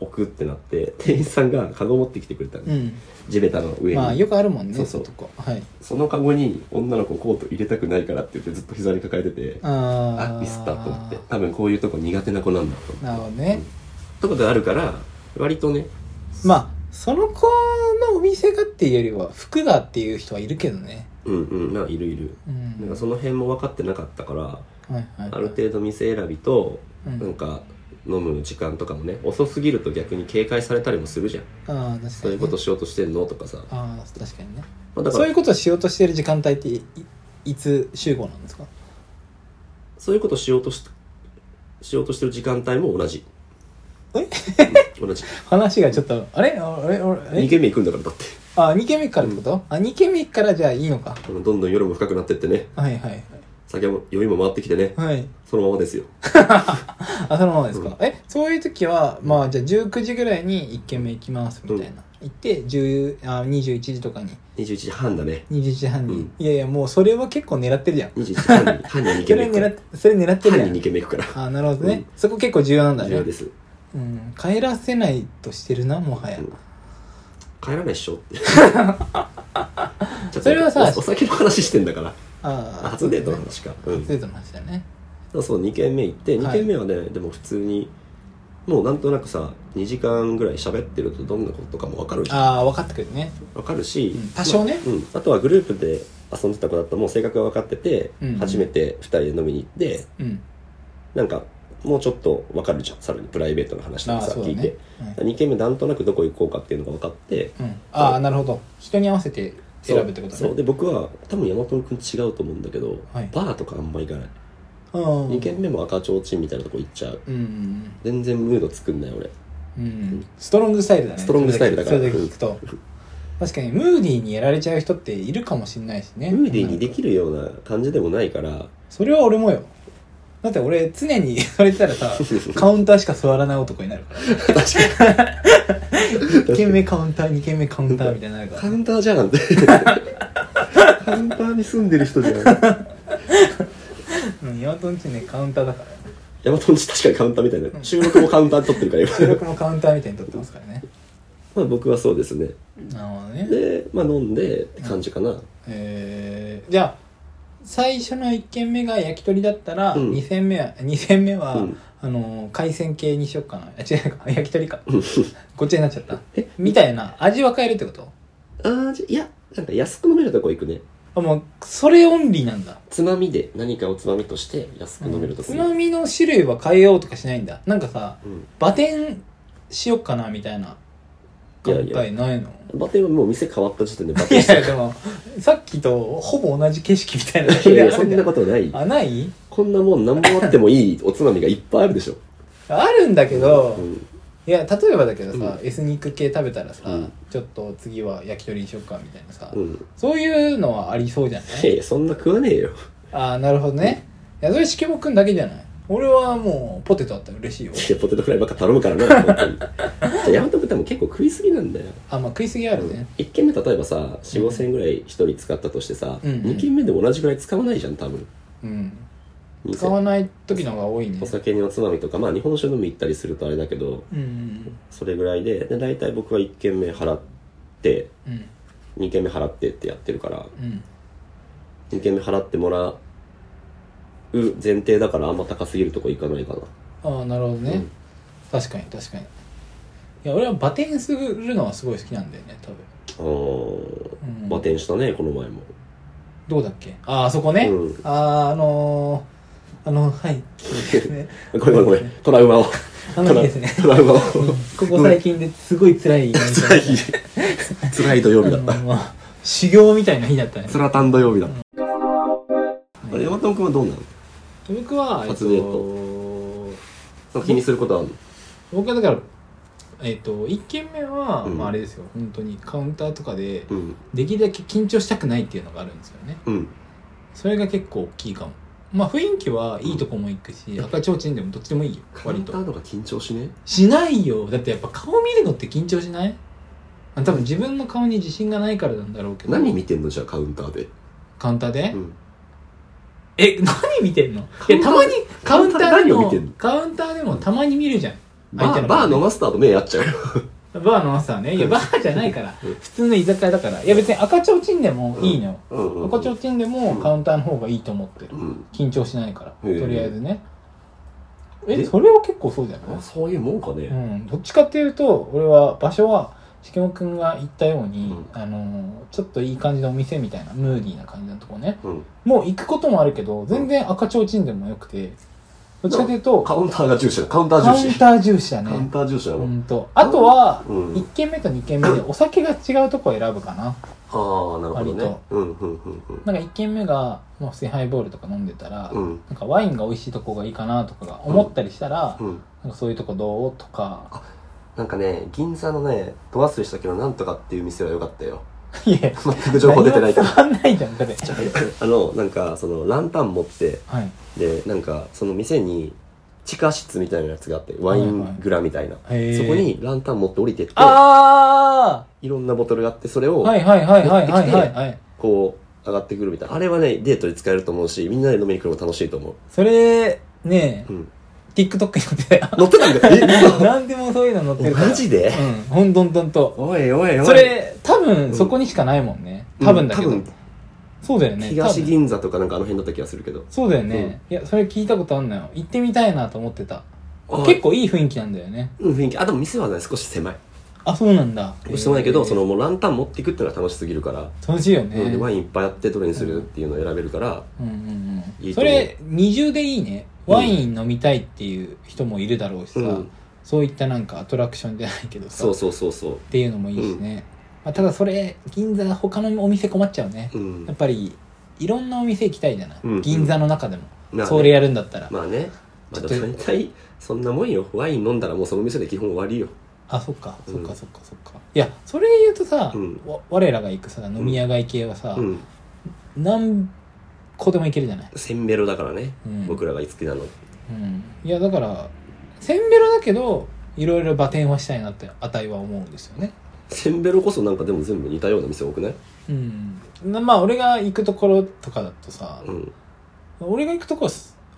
Speaker 1: 置くってなって店員さんがカゴ持ってきてくれたの、
Speaker 2: う
Speaker 1: 地べたの上
Speaker 2: ん
Speaker 1: に、
Speaker 2: まあよくあるもんね
Speaker 1: そうそう
Speaker 2: とこはい
Speaker 1: そのカゴに女の子コート入れたくないからって言ってずっと膝に抱えてて
Speaker 2: あ
Speaker 1: あ
Speaker 2: あ
Speaker 1: ミスったと思って多分こういうとこ苦手な子なんだと思って
Speaker 2: なるほどね、
Speaker 1: とかがあるから割とね
Speaker 2: まあその子のお店がっていうよりは服がっていう人はいるけどね
Speaker 1: うんうんまあいるいる
Speaker 2: うん
Speaker 1: なんかその辺も分かってなかったから
Speaker 2: はいはいはい
Speaker 1: ある程度店選びと
Speaker 2: うん
Speaker 1: なんか飲む時間とかもね遅すぎると逆に警戒されたりもするじゃん
Speaker 2: ああ確かにね、
Speaker 1: そういうことしようとしてんのとかさ、ま
Speaker 2: ああ確かにね
Speaker 1: あ、だか
Speaker 2: そうい
Speaker 1: ら
Speaker 2: うことをしようとしてる時間帯っていいいつ集合なんですか
Speaker 1: そういうことしようとししようとしてる時間帯も同じ
Speaker 2: え
Speaker 1: うん同じ
Speaker 2: 話がちょっとあれあれあれあ
Speaker 1: 2
Speaker 2: れ
Speaker 1: 軒目行くんだからだって
Speaker 2: あ2軒目からってこと、あ2軒目からじゃあいいのか
Speaker 1: あのどんどん夜も深くなってってね
Speaker 2: はいはい
Speaker 1: 酒も酔いも回ってきてね
Speaker 2: はい
Speaker 1: そのままですよ
Speaker 2: あそのままですか、えそういう時はまあじゃあ19時ぐらいに1軒目行きますみたいな、行って10あ21時とかに
Speaker 1: 21時半だね
Speaker 2: 21時半に、
Speaker 1: うん
Speaker 2: いやいやもうそれは結構狙ってるじゃん
Speaker 1: 21時半に半に2
Speaker 2: そ
Speaker 1: 軒目
Speaker 2: れ
Speaker 1: 行
Speaker 2: 狙
Speaker 1: くから
Speaker 2: ってそれ狙ってるじゃ
Speaker 1: 半に
Speaker 2: ん
Speaker 1: 2軒目行くから
Speaker 2: あなるほどね、
Speaker 1: うん
Speaker 2: そこ結構重要なんだ
Speaker 1: 重要で
Speaker 2: ね、
Speaker 1: す
Speaker 2: うん、帰らせないとしてるなもはや、
Speaker 1: うん帰らないっしょって
Speaker 2: [laughs] それはさ
Speaker 1: おお酒の話してんだから
Speaker 2: ああ
Speaker 1: 初デートの
Speaker 2: そうです
Speaker 1: 話か
Speaker 2: ね
Speaker 1: うん
Speaker 2: 初デートの話だね
Speaker 1: そうそう2軒目行って
Speaker 2: はい
Speaker 1: 2軒目はね、でも普通にもうなんとなくさ2時間ぐらい喋ってるとどんなことかも分かるし
Speaker 2: ああ分かってくるね
Speaker 1: 分かるし、
Speaker 2: うん多少ね
Speaker 1: まあうん、あとはグループで遊んでた子だったらもう性格が分かってて、
Speaker 2: うん
Speaker 1: 初めて2人で飲みに行って
Speaker 2: うん
Speaker 1: なんかもうちょっと分かるじゃんさらにプライベートの話と
Speaker 2: あ
Speaker 1: か
Speaker 2: あ
Speaker 1: さ、
Speaker 2: そうだ
Speaker 1: 聞い
Speaker 2: ね
Speaker 1: て、2軒目なんとなくどこ行こうかっていうのが分かって
Speaker 2: うんうん、ああなるほど人に合わせて選ぶってこと
Speaker 1: そうそう
Speaker 2: ね
Speaker 1: で僕は多分山本君違うと思うんだけど、
Speaker 2: はい
Speaker 1: バーとかあんま行かない、
Speaker 2: うん
Speaker 1: 2軒目も赤ちょうちんみたいなとこ行っちゃう
Speaker 2: うんうん
Speaker 1: 全然ムード作んない俺
Speaker 2: うんうんストロングスタイルだね
Speaker 1: ストロングスタイルだから
Speaker 2: それだけ聞くと確かにムーディーにやられちゃう人っているかもしれないしね
Speaker 1: ムーディーにで
Speaker 2: る
Speaker 1: きるような感じでもないから
Speaker 2: それは俺もよだって俺常に [laughs] それ言ったらさカウンターしか座らない男になるから1軒目カウンター2軒目カウンターみたいになるから
Speaker 1: カウンター
Speaker 2: [laughs]
Speaker 1: じゃんってカウンターに住んでる人じゃん
Speaker 2: うんヤマトンチねカウンターだから
Speaker 1: ヤマトンチ確かにカウンターみたいな収録もカウンターで撮ってるか
Speaker 2: 収
Speaker 1: ら今 [laughs]
Speaker 2: 録もカウンターみたいに撮ってますからね
Speaker 1: まあ僕はそうですね
Speaker 2: なるほどね
Speaker 1: でまあ飲んでって感じかな、
Speaker 2: えーじゃあ最初の1軒目が焼き鳥だったら、
Speaker 1: うん
Speaker 2: 2軒目は2軒目は、
Speaker 1: うん
Speaker 2: あのー海鮮系にしよっかなあ違うか焼き鳥かごっちゃになっちゃったみたいな味は変えるってこと
Speaker 1: ああじゃいやなんか安く飲めるとこ行くね
Speaker 2: あもうそれオンリーなんだ
Speaker 1: つまみで何かをつまみとして安く飲めるとこ
Speaker 2: つまみの種類は変えようとかしないんだなんかさ
Speaker 1: うん
Speaker 2: バテンしよっかなみたいない考
Speaker 1: やいや
Speaker 2: えないの
Speaker 1: バテンはもう店変わった時点でバ
Speaker 2: い
Speaker 1: テン
Speaker 2: や
Speaker 1: し
Speaker 2: い
Speaker 1: て
Speaker 2: や
Speaker 1: る
Speaker 2: でもさっきとほぼ同じ景色みたいな
Speaker 1: いやいやそんなことない
Speaker 2: あない
Speaker 1: こんなもん何もあってもいいおつまみがいっぱいあるでしょ、
Speaker 2: あるんだけど、
Speaker 1: うん、
Speaker 2: いや例えばだけどさ、
Speaker 1: う
Speaker 2: エスニック系食べたらさ、
Speaker 1: うん
Speaker 2: ちょっと次は焼き鳥にしよっかみたいなさ、
Speaker 1: うん
Speaker 2: そういうのはありそうじゃない
Speaker 1: いやいやそんな食わねえよ
Speaker 2: ああなるほどね、いやそれしけもくんだけじゃない俺はもうポテトあったら嬉しいよ
Speaker 1: いやポテトフライばっか頼むからな
Speaker 2: [laughs]
Speaker 1: 本当にじゃあヤマト君多分結構食いすぎなんだよ
Speaker 2: あまあ食いすぎあるね、
Speaker 1: 1軒目例えばさ4 5千円ぐらい1人使ったとしてさ、
Speaker 2: うんうん
Speaker 1: 2軒目でも同じぐらい使わないじゃん多分
Speaker 2: うん、
Speaker 1: 店
Speaker 2: 使わない時の方が多いね
Speaker 1: お酒におつまみとかまあ日本酒飲み行ったりするとあれだけど
Speaker 2: うんうん
Speaker 1: それぐらいでで大体僕は1軒目払って
Speaker 2: うん
Speaker 1: 2軒目払ってってやってるから
Speaker 2: うん
Speaker 1: 2軒目払ってもらう前提だからあんま高すぎるとこ行かないかな
Speaker 2: ああなるほどね、
Speaker 1: うん
Speaker 2: 確かに確かにいや俺はバテンするのはすごい好きなんだよね多分
Speaker 1: ああー
Speaker 2: うん
Speaker 1: バテンしたねこの前も
Speaker 2: どうだっけあーあそこね、
Speaker 1: うん
Speaker 2: あーあのー、あの
Speaker 1: [laughs]
Speaker 2: はい、ね、
Speaker 1: ごめんごめんトラウ
Speaker 2: [laughs]
Speaker 1: マを
Speaker 2: あの
Speaker 1: トラ
Speaker 2: 日ですね
Speaker 1: トラ
Speaker 2: [laughs]
Speaker 1: ウマを
Speaker 2: ここ最近ですごい辛い
Speaker 1: 辛い辛い土曜日だっ
Speaker 2: あ
Speaker 1: た
Speaker 2: のまあ修行みたいな日だったね
Speaker 1: つらたん土曜日だったあれ山本君はどうなの
Speaker 2: 僕は、えっ
Speaker 1: 初デー
Speaker 2: と、
Speaker 1: なんか気にすることはあるの
Speaker 2: 僕はだからえっと1軒目は、
Speaker 1: うん
Speaker 2: まあ、あれですよ本当にカウンターとかで
Speaker 1: うん
Speaker 2: できるだけ緊張したくないっていうのがあるんですよね
Speaker 1: うん
Speaker 2: それが結構大きいかもまあ雰囲気はいいとこも行くし、赤ちょうちんでもどっちでもいいよ
Speaker 1: カウ
Speaker 2: 割
Speaker 1: ンター
Speaker 2: と
Speaker 1: とか緊張しね
Speaker 2: しないよだってやっぱ顔見るのって緊張しないあ多分自分の顔に自信がないからなんだろうけど
Speaker 1: 何見てんのじゃあカウンターで、
Speaker 2: カウンターで、
Speaker 1: うん、
Speaker 2: え何見てんのい
Speaker 1: カウ
Speaker 2: やた
Speaker 1: ンター
Speaker 2: まにカウンターで
Speaker 1: 何を見てん
Speaker 2: も
Speaker 1: の
Speaker 2: カウンターでもたまに見るじゃん
Speaker 1: バ
Speaker 2: 相手
Speaker 1: ー
Speaker 2: の
Speaker 1: バ
Speaker 2: 顔
Speaker 1: ー
Speaker 2: ね
Speaker 1: のマスターと目合っちゃう
Speaker 2: バーのマスターねいやバーじゃないから
Speaker 1: うん
Speaker 2: 普通の居酒屋だからいや別に赤ちょうちんでもいいのよ、
Speaker 1: うんうん
Speaker 2: 赤ちょうちんでもカウンターの方がいいと思ってる
Speaker 1: うん
Speaker 2: 緊張しないから
Speaker 1: へえ
Speaker 2: とりあえずねえ
Speaker 1: で
Speaker 2: それは結構そうだよね
Speaker 1: あそういうもんか
Speaker 2: う
Speaker 1: ね、
Speaker 2: んどっちかっていうと俺は場所はしきもくんが言ったように、
Speaker 1: うん
Speaker 2: あのーちょっといい感じのお店みたいなムーディーな感じのとこね
Speaker 1: うん、
Speaker 2: もう行くこともあるけど全然赤ちょうちんでもよくてどっちかっていうと
Speaker 1: カウンターが重視だカウンター
Speaker 2: カ
Speaker 1: 重
Speaker 2: ウン
Speaker 1: 視
Speaker 2: ター重視だ
Speaker 1: カウン
Speaker 2: ね
Speaker 1: ター重視だ
Speaker 2: う
Speaker 1: な、
Speaker 2: んとあとは
Speaker 1: うん
Speaker 2: 1軒目と2軒目でお酒が違うとこを選ぶかな
Speaker 1: ああなるほど
Speaker 2: 割
Speaker 1: ねうんうんうんうん
Speaker 2: なんか1軒目がもう普通にハイボールとか飲んでたら、
Speaker 1: うん
Speaker 2: なんかワインが美味しいとこがいいかなとかが思ったりしたら、
Speaker 1: うん
Speaker 2: なんかそういうとこどうとか
Speaker 1: なんかね銀座のねド忘れしたけどなんとかっていう店は良かったよ [laughs]
Speaker 2: いや
Speaker 1: 全く情報出てないか
Speaker 2: 何
Speaker 1: ら
Speaker 2: も伝わんないじゃんだって
Speaker 1: あのなんかそのランタン持って
Speaker 2: はい
Speaker 1: でなんかその店に地下室みたいなやつがあってワイングラみたいな、
Speaker 2: はいはい
Speaker 1: そこにランタン持って降りてって
Speaker 2: あ
Speaker 1: いろんなボトルがあってそれを
Speaker 2: あはいはいはいはいはいはいはい
Speaker 1: こう上がってくるみたいなあれはねデートで使えると思うしみんなで飲みに来るのも楽しいと思う、
Speaker 2: それね
Speaker 1: うん
Speaker 2: [laughs] TikTok に載ってたよ
Speaker 1: 乗ってたんだえ嘘
Speaker 2: 何でもそういうの載って [laughs] るから
Speaker 1: マジで
Speaker 2: うんほんとんとんと
Speaker 1: おいおいおい
Speaker 2: それ多分そこにしかないもんね、多分だけど、
Speaker 1: うん多
Speaker 2: そうだよね
Speaker 1: 東
Speaker 2: 多分
Speaker 1: 銀座とかなんかあの辺だった気がするけど
Speaker 2: そうだよね、いやそれ聞いたことあんのよ行ってみたいなと思ってた結構いい雰囲気なんだよね
Speaker 1: うん雰囲気あでも店はね少し狭い
Speaker 2: あそうなんだ
Speaker 1: 少し狭いけ
Speaker 2: え
Speaker 1: ど
Speaker 2: ー
Speaker 1: そのもうランタン持っていくっていうのは楽しすぎるから、
Speaker 2: 楽しいよ
Speaker 1: うん
Speaker 2: ね
Speaker 1: でワインいっぱいあってどれにするっていうのを選べるから
Speaker 2: うんうんうん
Speaker 1: いいと
Speaker 2: そ
Speaker 1: 思う
Speaker 2: れ二重でいいねワイン飲みたいっていう人もいるだろうしさ、
Speaker 1: うん
Speaker 2: そういったなんかアトラクションじゃないけどさ
Speaker 1: そうそうそうそ
Speaker 2: っていうのもいいしね、まあ、ただそれ銀座他のお店困っちゃうね
Speaker 1: う、うん
Speaker 2: やっぱりいろんなお店行きたいじゃない、
Speaker 1: うん
Speaker 2: 銀座の中でも、
Speaker 1: まあね
Speaker 2: それやるんだったら、
Speaker 1: まあね、まあ、
Speaker 2: ちょっと
Speaker 1: 大体そんなもんよワイン飲んだらもうその店で基本終わりよ
Speaker 2: あそっか
Speaker 1: う
Speaker 2: そっ
Speaker 1: ん
Speaker 2: かそっかそっか、いやそれ言うとさ、
Speaker 1: うん
Speaker 2: わ我らが行くさ飲み屋街系はさ、
Speaker 1: うん
Speaker 2: 何個でも行けるじゃない、
Speaker 1: せんべろだからね、
Speaker 2: うん
Speaker 1: 僕らが好きなの
Speaker 2: うん、いやだからせんべろだけどいろいろ馬転はしたいなって値は思うんですよね
Speaker 1: せんべろこそなんかでも全部似たような店多くない
Speaker 2: うんなまあ俺が行くところとかだとさ、
Speaker 1: うん
Speaker 2: 俺が行くとこ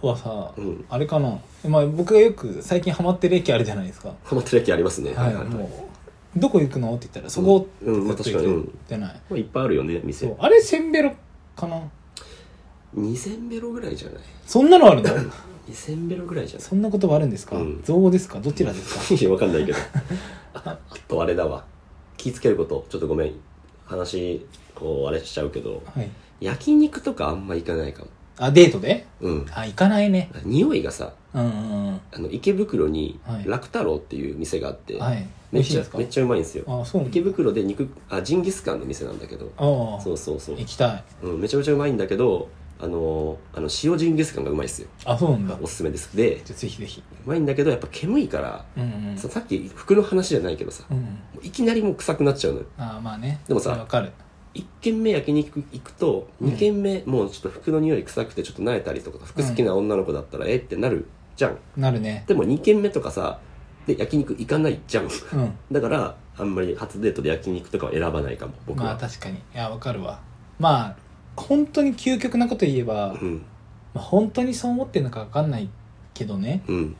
Speaker 2: はさ、
Speaker 1: うん
Speaker 2: あれかな、まあ、僕がよく最近ハマってる駅あるじゃないですか
Speaker 1: ハマってるやきありますね
Speaker 2: はい、
Speaker 1: ま
Speaker 2: もうどこ行くのって言ったらそこって
Speaker 1: うんうんまあ
Speaker 2: ずっと
Speaker 1: 確
Speaker 2: 言
Speaker 1: か
Speaker 2: っ
Speaker 1: に
Speaker 2: てじゃない、
Speaker 1: あいっぱいあるよね
Speaker 2: そ
Speaker 1: 店
Speaker 2: うあれせんべろかな
Speaker 1: 2せんべろぐらいじゃない
Speaker 2: そんなのあるの
Speaker 1: 2せんべろぐらいじゃない
Speaker 2: そんなことはあるんですか、
Speaker 1: うん
Speaker 2: 造語ですかどちらですか
Speaker 1: [laughs] いやわかんないけどああとあれだわ気ぃつけることちょっとごめん話こうあれしちゃうけど
Speaker 2: はい
Speaker 1: 焼肉とかあんま行かないかも
Speaker 2: あデートで
Speaker 1: うん
Speaker 2: あ行かないね
Speaker 1: 匂いがさ
Speaker 2: うんうんうん
Speaker 1: あの池袋に
Speaker 2: はい
Speaker 1: 楽太郎っていう店があって、
Speaker 2: はい。美
Speaker 1: めっ
Speaker 2: 味しい
Speaker 1: ち
Speaker 2: で
Speaker 1: ゃ
Speaker 2: すか
Speaker 1: めっちゃうまいんですよ
Speaker 2: あ、そうなんだ
Speaker 1: 池袋で肉あジンギスカンの店なんだけど
Speaker 2: ああ、
Speaker 1: そうそうそう
Speaker 2: 行、きたい。
Speaker 1: うん、めちゃめちゃうまいんだけどあのーあの塩ジンギスカンがうまいっすよ
Speaker 2: あ、そうなんだ。
Speaker 1: おすすめですで
Speaker 2: じゃあぜひぜひ。
Speaker 1: うまいんだけどやっぱ煙いから、
Speaker 2: うんうん。
Speaker 1: ささっき服の話じゃないけどさ
Speaker 2: うんうん。
Speaker 1: いきなりもう臭くなっちゃうのよ
Speaker 2: ああ、まあね。
Speaker 1: でもさ
Speaker 2: それわかる。
Speaker 1: 1軒目焼肉行くと
Speaker 2: うん
Speaker 1: 2軒目もうちょっと服の匂い臭くてちょっと慣れたりとか服好きな女の子だったらえってなるじゃん
Speaker 2: なるね。
Speaker 1: でも2軒目とかさで焼肉行かないじゃん
Speaker 2: うん。
Speaker 1: だからあんまり初デートで焼肉とかは選ばないかも僕は、
Speaker 2: まあ確かに。いや、わかるわ。まあ、本当に究極なこと言えば、
Speaker 1: うん
Speaker 2: まあ、本当にそう思ってるのかわかんないけどね、
Speaker 1: うん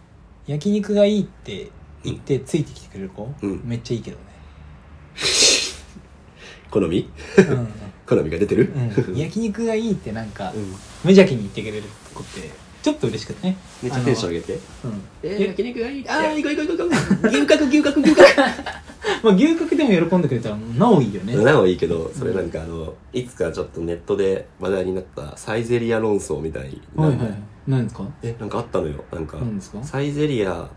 Speaker 2: 焼肉がいいって言ってついてきてくれる子、
Speaker 1: うん
Speaker 2: めっちゃいいけ
Speaker 1: [laughs]
Speaker 2: どね。
Speaker 1: 好み
Speaker 2: うんうん
Speaker 1: 好みが出てる
Speaker 2: うん、焼肉がいいってなんか、
Speaker 1: うん
Speaker 2: 無邪気に言ってくれる子って、ちょっと嬉しくてね。
Speaker 1: めっちゃテンション上げて
Speaker 2: あのうん
Speaker 1: え
Speaker 2: え [laughs]
Speaker 1: ー、焼肉がいいああ行こう行こう行こう行こう牛角牛角牛角
Speaker 2: まあ牛角でも喜んでくれたらなおいいよね
Speaker 1: なおいいけどそれなんかあのいつかちょっとネットで話題になったサイゼリア論争みたいな、
Speaker 2: はいはい何ですか
Speaker 1: えなんかあったのよなんか
Speaker 2: 何ですか
Speaker 1: サイゼリア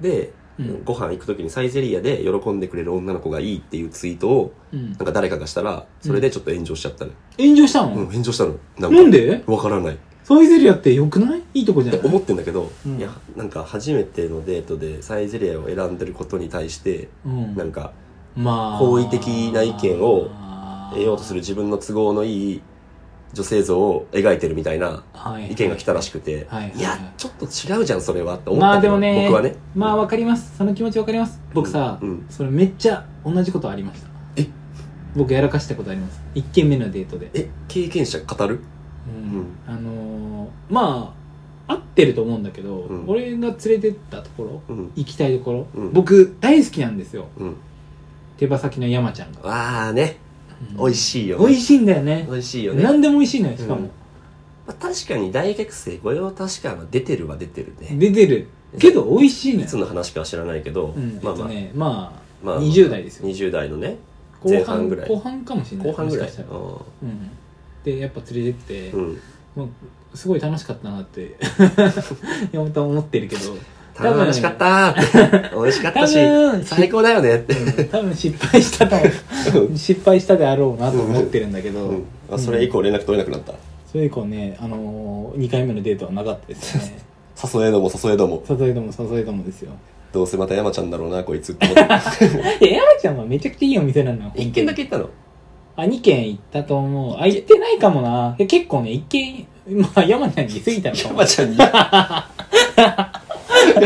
Speaker 1: で、
Speaker 2: うん
Speaker 1: ご飯行く時にサイゼリアで喜んでくれる女の子がいいっていうツイートを
Speaker 2: うん
Speaker 1: なんか誰かがしたらそれでちょっと炎上しちゃったの、
Speaker 2: 炎上した
Speaker 1: うん
Speaker 2: の
Speaker 1: 炎上したのなん
Speaker 2: なんで
Speaker 1: わからないっ
Speaker 2: サイゼリアってよくないいいとこじゃ
Speaker 1: て
Speaker 2: ない
Speaker 1: 思ってんだけど、
Speaker 2: うん
Speaker 1: いやなんか初めてのデートでサイゼリアを選んでることに対して
Speaker 2: うん
Speaker 1: なんか
Speaker 2: まあ
Speaker 1: 好意的な意見を得ようとする自分の都合のいい女性像を描いてるみたいな意見が来たらしくて、
Speaker 2: はいはいはい
Speaker 1: やちょっと違うじゃんそれはって思
Speaker 2: ま
Speaker 1: っ
Speaker 2: あ
Speaker 1: た
Speaker 2: で
Speaker 1: けど、
Speaker 2: もね
Speaker 1: 僕はね
Speaker 2: まあわかりますその気持ちわかります僕さ、
Speaker 1: うんうん
Speaker 2: それめっちゃ同じことありました
Speaker 1: え
Speaker 2: 僕やらかしたことあります1軒目のデートで
Speaker 1: え経験者語る
Speaker 2: うん
Speaker 1: うん
Speaker 2: あのーまあ合ってると思うんだけど、
Speaker 1: うん
Speaker 2: 俺が連れてったところ
Speaker 1: うん
Speaker 2: 行きたいところ、
Speaker 1: うん
Speaker 2: 僕大好きなんですよ
Speaker 1: うん
Speaker 2: 手羽先の山ちゃんが、
Speaker 1: わあね美味しいよ、ね、
Speaker 2: 美味しいんだよね
Speaker 1: 美味しいよね、ま
Speaker 2: 何でも美味しいのよしかも、
Speaker 1: あ、確かに大学生御用達感は出てるは出てるね
Speaker 2: 出てるけど美味しいの
Speaker 1: いつ
Speaker 2: よ、
Speaker 1: の話かは知らないけど、
Speaker 2: うん、
Speaker 1: ま
Speaker 2: まあま
Speaker 1: あまあ、
Speaker 2: あ、ね、まあ、
Speaker 1: まあ
Speaker 2: 20代ですよ
Speaker 1: 20代のね前
Speaker 2: 後
Speaker 1: 半
Speaker 2: 半
Speaker 1: ぐらい
Speaker 2: 後半かもしれない
Speaker 1: 後半ぐらい
Speaker 2: もしかしたら
Speaker 1: あ
Speaker 2: うん、でやっぱ連れてって、
Speaker 1: ーうん
Speaker 2: もうすごい楽しかったなって [laughs] 山本は思ってるけど多分
Speaker 1: 楽しかっ
Speaker 2: [laughs]
Speaker 1: たーって美味しかったし
Speaker 2: 多分
Speaker 1: 最高だよねって
Speaker 2: うん多分失敗したと思う失敗したであろうなと思ってるんだけど、
Speaker 1: [laughs] うん、あそれ以降連絡取れなくなった、
Speaker 2: それ以降ね、あのー、2回目のデートはなかったですね
Speaker 1: 誘えども誘えども
Speaker 2: 誘いども誘いどもですよ
Speaker 1: どうせまた山ちゃんだろうなこいつって
Speaker 2: [laughs]
Speaker 1: 思って
Speaker 2: いや山ちゃんはめちゃくちゃいいお店なのよ
Speaker 1: 一軒だけ行ったの
Speaker 2: あ2軒行ったと思うあ行ってないかもないや結構ね1軒まあ山ちゃんに過ぎたのかも
Speaker 1: 山ちゃんに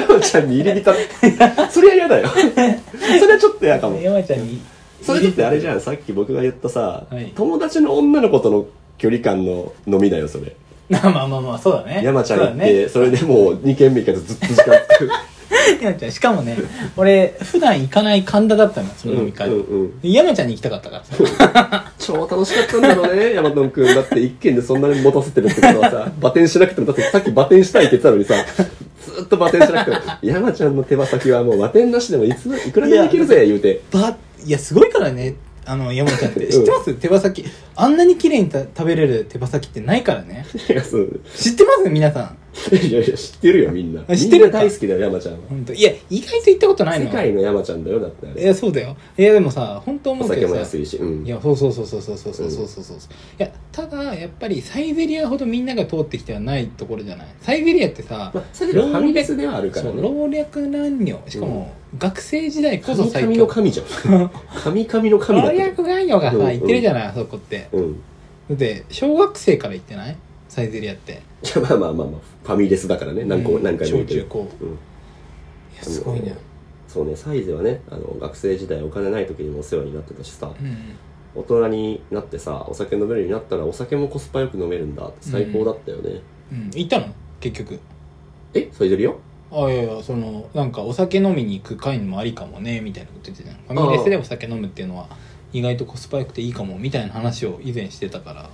Speaker 1: 山ちゃんに入れ
Speaker 2: [laughs]
Speaker 1: 浸ったそれは嫌だよそれはちょっと嫌かも
Speaker 2: 山ちゃんに
Speaker 1: それだってあれじ
Speaker 2: ん
Speaker 1: ゃんさっき僕が言ったさ、
Speaker 2: はい
Speaker 1: 友達の女の子との距離感の飲みだよそれ
Speaker 2: [laughs] まあまあまあそうだね
Speaker 1: 山ちゃん
Speaker 2: そうだ
Speaker 1: 行っ
Speaker 2: ね
Speaker 1: てそ,、れでもう2軒目行かずずっと時間つく
Speaker 2: 山ちゃんしかもね俺普段行かない神田だったのその飲み会、
Speaker 1: うんうんうん
Speaker 2: で山ちゃんに行きたかったからさ
Speaker 1: 超楽しかったんだろうね、ヤマトンくん。だって一軒でそんなに持たせてるってことはさ、バテンしなくても、だってさっきバテンしたいって言ってたのにさ、ずっとバテンしなくても、山ちゃんの手羽先はもうバテンなしでもいついくらでもできるぜ、言うて。
Speaker 2: ばいやすごいからねあの山ちゃんって知ってます、手羽先あんなに綺麗にた食べれる手羽先ってないからね
Speaker 1: いや、そう。
Speaker 2: 知ってます皆さん
Speaker 1: いやいや、知ってるよ、みんな。
Speaker 2: あ知ってる
Speaker 1: みんな大好きだよ、山ちゃんは。
Speaker 2: 本当いや意外と行ったことないの
Speaker 1: 世界の山ちゃんだよ、だってあ
Speaker 2: い
Speaker 1: れ。
Speaker 2: やそうだよいやでもさ本当
Speaker 1: お
Speaker 2: 思うけ
Speaker 1: 酒
Speaker 2: ど
Speaker 1: も
Speaker 2: さ
Speaker 1: 安いし、うん。
Speaker 2: いやそうそうそうそうそうそうそうそうそうそういやただやっぱりサイゼリアほどみんなが通ってきてはないところじゃないサイゼリアってさ、
Speaker 1: まあ、それでもファミレスではあるか
Speaker 2: そ
Speaker 1: ら
Speaker 2: う
Speaker 1: ね。
Speaker 2: 老若男女しかも学生時代こそ最
Speaker 1: 神々の
Speaker 2: 強
Speaker 1: 神じゃん。
Speaker 2: [laughs]
Speaker 1: 神々の神
Speaker 2: 老
Speaker 1: だって。
Speaker 2: 若男女が
Speaker 1: うんう
Speaker 2: さ
Speaker 1: ん
Speaker 2: 行ってるじゃないあそこって
Speaker 1: うん。
Speaker 2: だって小学生から行ってないサイゼリアって
Speaker 1: いや、まあまあまあまあ、ファミレスだからね、何個も、
Speaker 2: うん
Speaker 1: 何回も
Speaker 2: 小
Speaker 1: 言ってる
Speaker 2: 中。高
Speaker 1: うん
Speaker 2: いやすごいね
Speaker 1: そうねサイズはねあの学生時代お金ない時にもお世話になってたしさ
Speaker 2: うん
Speaker 1: 大人になってさお酒飲めるようになったらお酒もコスパよく飲めるんだって最高だったよね、
Speaker 2: うん行ったの結局
Speaker 1: えサイゼリア
Speaker 2: あいやいやそのなんかお酒飲みに行く会もありかもねみたいなこと言ってたじゃんファミレスでお酒飲むっていうのは意外とコスパ良くていいかもみたいな話を以前してたから
Speaker 1: あ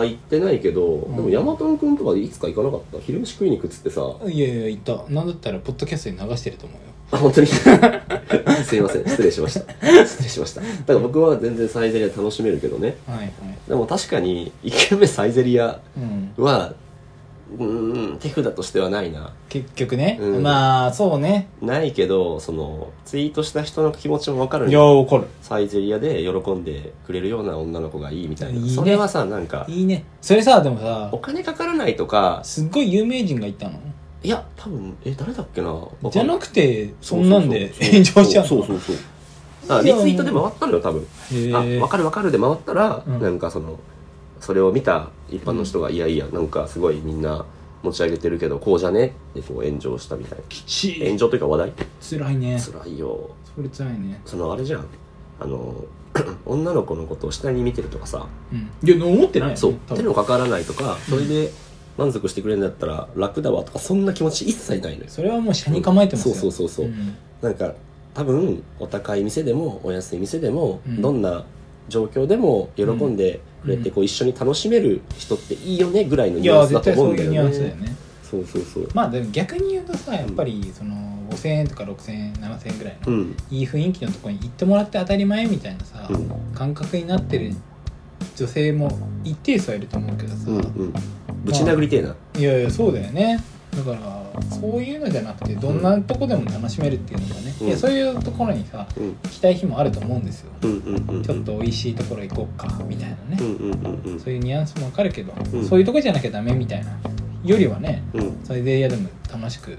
Speaker 1: あ行ってないけど、
Speaker 2: ん
Speaker 1: でもヤマトン君とかでいつか行かなかった昼飯食いに行くっつってさ
Speaker 2: いやいや行ったなんだったらポッドキャストに流してると思うよ
Speaker 1: あ本
Speaker 2: [laughs]
Speaker 1: 当にすいません失礼しました失礼しましただから僕は全然サイゼリア楽しめるけどね
Speaker 2: はいはい
Speaker 1: でも確かに1軒目サイゼリア
Speaker 2: うん
Speaker 1: はうーん手札としてはないな
Speaker 2: 結局ね、
Speaker 1: うん
Speaker 2: まあそうね
Speaker 1: ないけどそのツイートした人の気持ちも分かる
Speaker 2: い
Speaker 1: ん
Speaker 2: や
Speaker 1: よ
Speaker 2: 怒る
Speaker 1: サイゼリアで喜んでくれるような女の子がいいみたいな、
Speaker 2: いいね
Speaker 1: それはさなんか
Speaker 2: いいねそれさでもさ
Speaker 1: お金かからないとか
Speaker 2: すっごい有名人が行ったの
Speaker 1: いや多分え誰だっけなわ
Speaker 2: じ
Speaker 1: か
Speaker 2: ゃ
Speaker 1: ん
Speaker 2: なくてそ
Speaker 1: そうんそ
Speaker 2: な
Speaker 1: うそうん
Speaker 2: で炎上しちゃうの
Speaker 1: そうそうそうあリツイートで回ったのよ多分
Speaker 2: へ
Speaker 1: あ
Speaker 2: え
Speaker 1: 分かる分かるで回ったら、
Speaker 2: うん
Speaker 1: なんかそのそれを見た一般の人が、いやいやなんかすごいみんな持ち上げてるけどこうじゃねでこう炎上したみたいな
Speaker 2: きち
Speaker 1: 炎
Speaker 2: い
Speaker 1: 上というか話題
Speaker 2: 辛いねそ
Speaker 1: 辛いよ
Speaker 2: れ辛いね
Speaker 1: そのあれじゃんあの [clears throat] 女の子のことを下に見てるとかさ
Speaker 2: うんいや思ってないよね
Speaker 1: そう
Speaker 2: 多
Speaker 1: 手
Speaker 2: 分
Speaker 1: のかからないとかそれで満足してくれるんだったら楽だわとかそんな気持ち一切ないのよ
Speaker 2: それはもう車に構えてます
Speaker 1: そ
Speaker 2: よ
Speaker 1: うそうそうそう、
Speaker 2: ん
Speaker 1: なんか多分お高い店でもお安い店でも、
Speaker 2: うん
Speaker 1: どんな状況でも喜んでくれて、
Speaker 2: うん
Speaker 1: こう一緒に楽しめる人っていいよねぐらいの
Speaker 2: い
Speaker 1: ニュア
Speaker 2: や
Speaker 1: ンスだ
Speaker 2: 絶
Speaker 1: と
Speaker 2: 対そ
Speaker 1: 思
Speaker 2: ううん
Speaker 1: だ
Speaker 2: いうニュア
Speaker 1: よ
Speaker 2: ンスだよ
Speaker 1: ね
Speaker 2: ね
Speaker 1: そうそうそう
Speaker 2: まあでも逆に言うとさやっぱりその5,000円とか6,000円7,000円ぐらいの、
Speaker 1: うん
Speaker 2: いい雰囲気のところに行ってもらって当たり前みたいなさ、
Speaker 1: うん
Speaker 2: 感覚になってる女性も一定数はいると思うけどさ、
Speaker 1: うんうんぶち殴りてえな、
Speaker 2: いやいやそうだよねだからそういうのじゃなくてどんなとこでも楽しめるっていうのがね、
Speaker 1: うん
Speaker 2: いやそういうところにさ
Speaker 1: うん、
Speaker 2: 行きたい日もあると思うんですよ、
Speaker 1: うんうんうんうん
Speaker 2: ちょっと美味しいところ行こうかみたいなね、
Speaker 1: うんうんうん
Speaker 2: そういうニュアンスもわかるけど、
Speaker 1: うん
Speaker 2: そういうとこじゃなきゃダメみたいなよりはね
Speaker 1: うんうん
Speaker 2: それでいやでも楽しく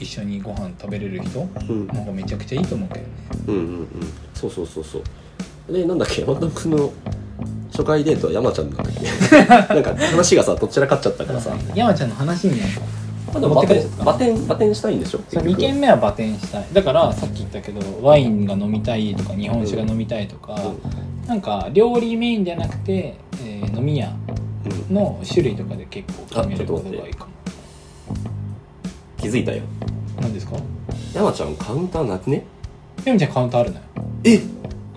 Speaker 2: 一緒にご飯食べれる人
Speaker 1: うん
Speaker 2: の方がめちゃくちゃいいと思うけどね
Speaker 1: うんうんうんそうそうそうそうでなんだっけ山田君の初回デートは山ちゃんなんだっ
Speaker 2: [laughs]
Speaker 1: けなんか話がさどちらかっちゃったからさ
Speaker 2: 山ちゃんの話にね
Speaker 1: まだ
Speaker 2: 持っ
Speaker 1: バ
Speaker 2: て帰っちゃ
Speaker 1: テ
Speaker 2: っ
Speaker 1: ン
Speaker 2: た
Speaker 1: バテンバテンしたいんでしょ
Speaker 2: そう
Speaker 1: 結
Speaker 2: 2
Speaker 1: 局
Speaker 2: 軒目はバテンしたいだからさっき言ったけどワインが飲みたいとか日本酒が飲みたいとか、なんか料理メインじゃなくて、えー飲み屋
Speaker 1: うんうん
Speaker 2: の種類とかで結構決めることがいいかも
Speaker 1: 気づいたよ
Speaker 2: 何ですか
Speaker 1: 山ちゃんカウンターなくね
Speaker 2: 山ちゃんカウンターあるのよ
Speaker 1: え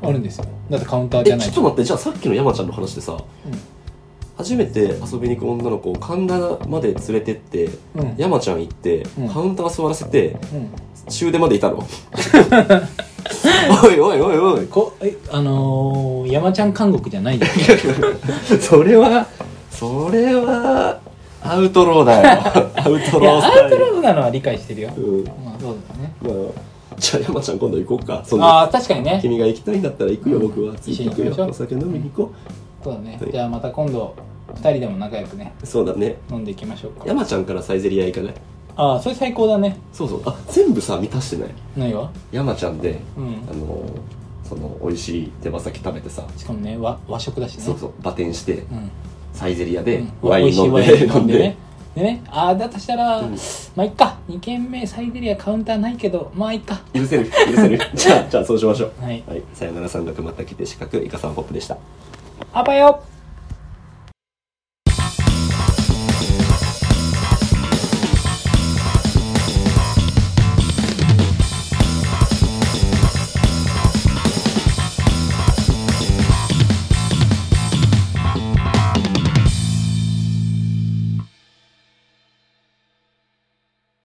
Speaker 2: あるんですよだってカウンター
Speaker 1: え
Speaker 2: じ
Speaker 1: ち
Speaker 2: ゃ
Speaker 1: ょ
Speaker 2: ない
Speaker 1: っと待ってじゃあさっきの山ちゃんの話でさ初めて遊びに行く女の子を神田まで連れてって
Speaker 2: うんうん
Speaker 1: 山ちゃん行って、
Speaker 2: うん
Speaker 1: カウンター座らせて
Speaker 2: うん
Speaker 1: 終電までいた [laughs] のおいおいおいおい
Speaker 2: こえあのー、山ちゃん監獄じゃ [laughs] ないよ
Speaker 1: それはそれはアウトローだよ [laughs] アウト
Speaker 2: い
Speaker 1: ロー
Speaker 2: や
Speaker 1: ス
Speaker 2: ア
Speaker 1: タ
Speaker 2: ウ
Speaker 1: イ
Speaker 2: ト
Speaker 1: ル
Speaker 2: ローなのは理解してるよ
Speaker 1: うん
Speaker 2: まあそうだね
Speaker 1: まあじゃあ山ちゃん今度行こうかそんな
Speaker 2: ああ確かにね
Speaker 1: 君が行きたいんだったら行くよ僕はついて行くよ
Speaker 2: 一緒に行きましょう
Speaker 1: お酒飲みに行こ
Speaker 2: そうだね
Speaker 1: はい
Speaker 2: じゃあまた今度2人でも仲良くね
Speaker 1: うそうだね
Speaker 2: 飲んでいきましょうか
Speaker 1: 山ちゃんからサイゼリア行かない
Speaker 2: ああそれ最高だね
Speaker 1: そうそうあ全部さ満たしてない
Speaker 2: ないわ
Speaker 1: 山ちゃんで
Speaker 2: うん
Speaker 1: あのその美味しい手羽先食べてさ
Speaker 2: しかもね和和食だしね
Speaker 1: そうそうバテンして
Speaker 2: うん
Speaker 1: サイゼリアで
Speaker 2: うん
Speaker 1: ワイン飲ん
Speaker 2: 美味し
Speaker 1: で
Speaker 2: い
Speaker 1: [laughs]
Speaker 2: ワイン
Speaker 1: 飲んで
Speaker 2: ねでねああだとしたら、
Speaker 1: うん
Speaker 2: まあいっか2軒目サイゼリアカウンターないけどまあいっか
Speaker 1: 許せる許せる [laughs] じゃあじゃあそうしましょう
Speaker 2: はい
Speaker 1: はい、さよなら山岳また来て四角いかさんポップでした
Speaker 2: あばよ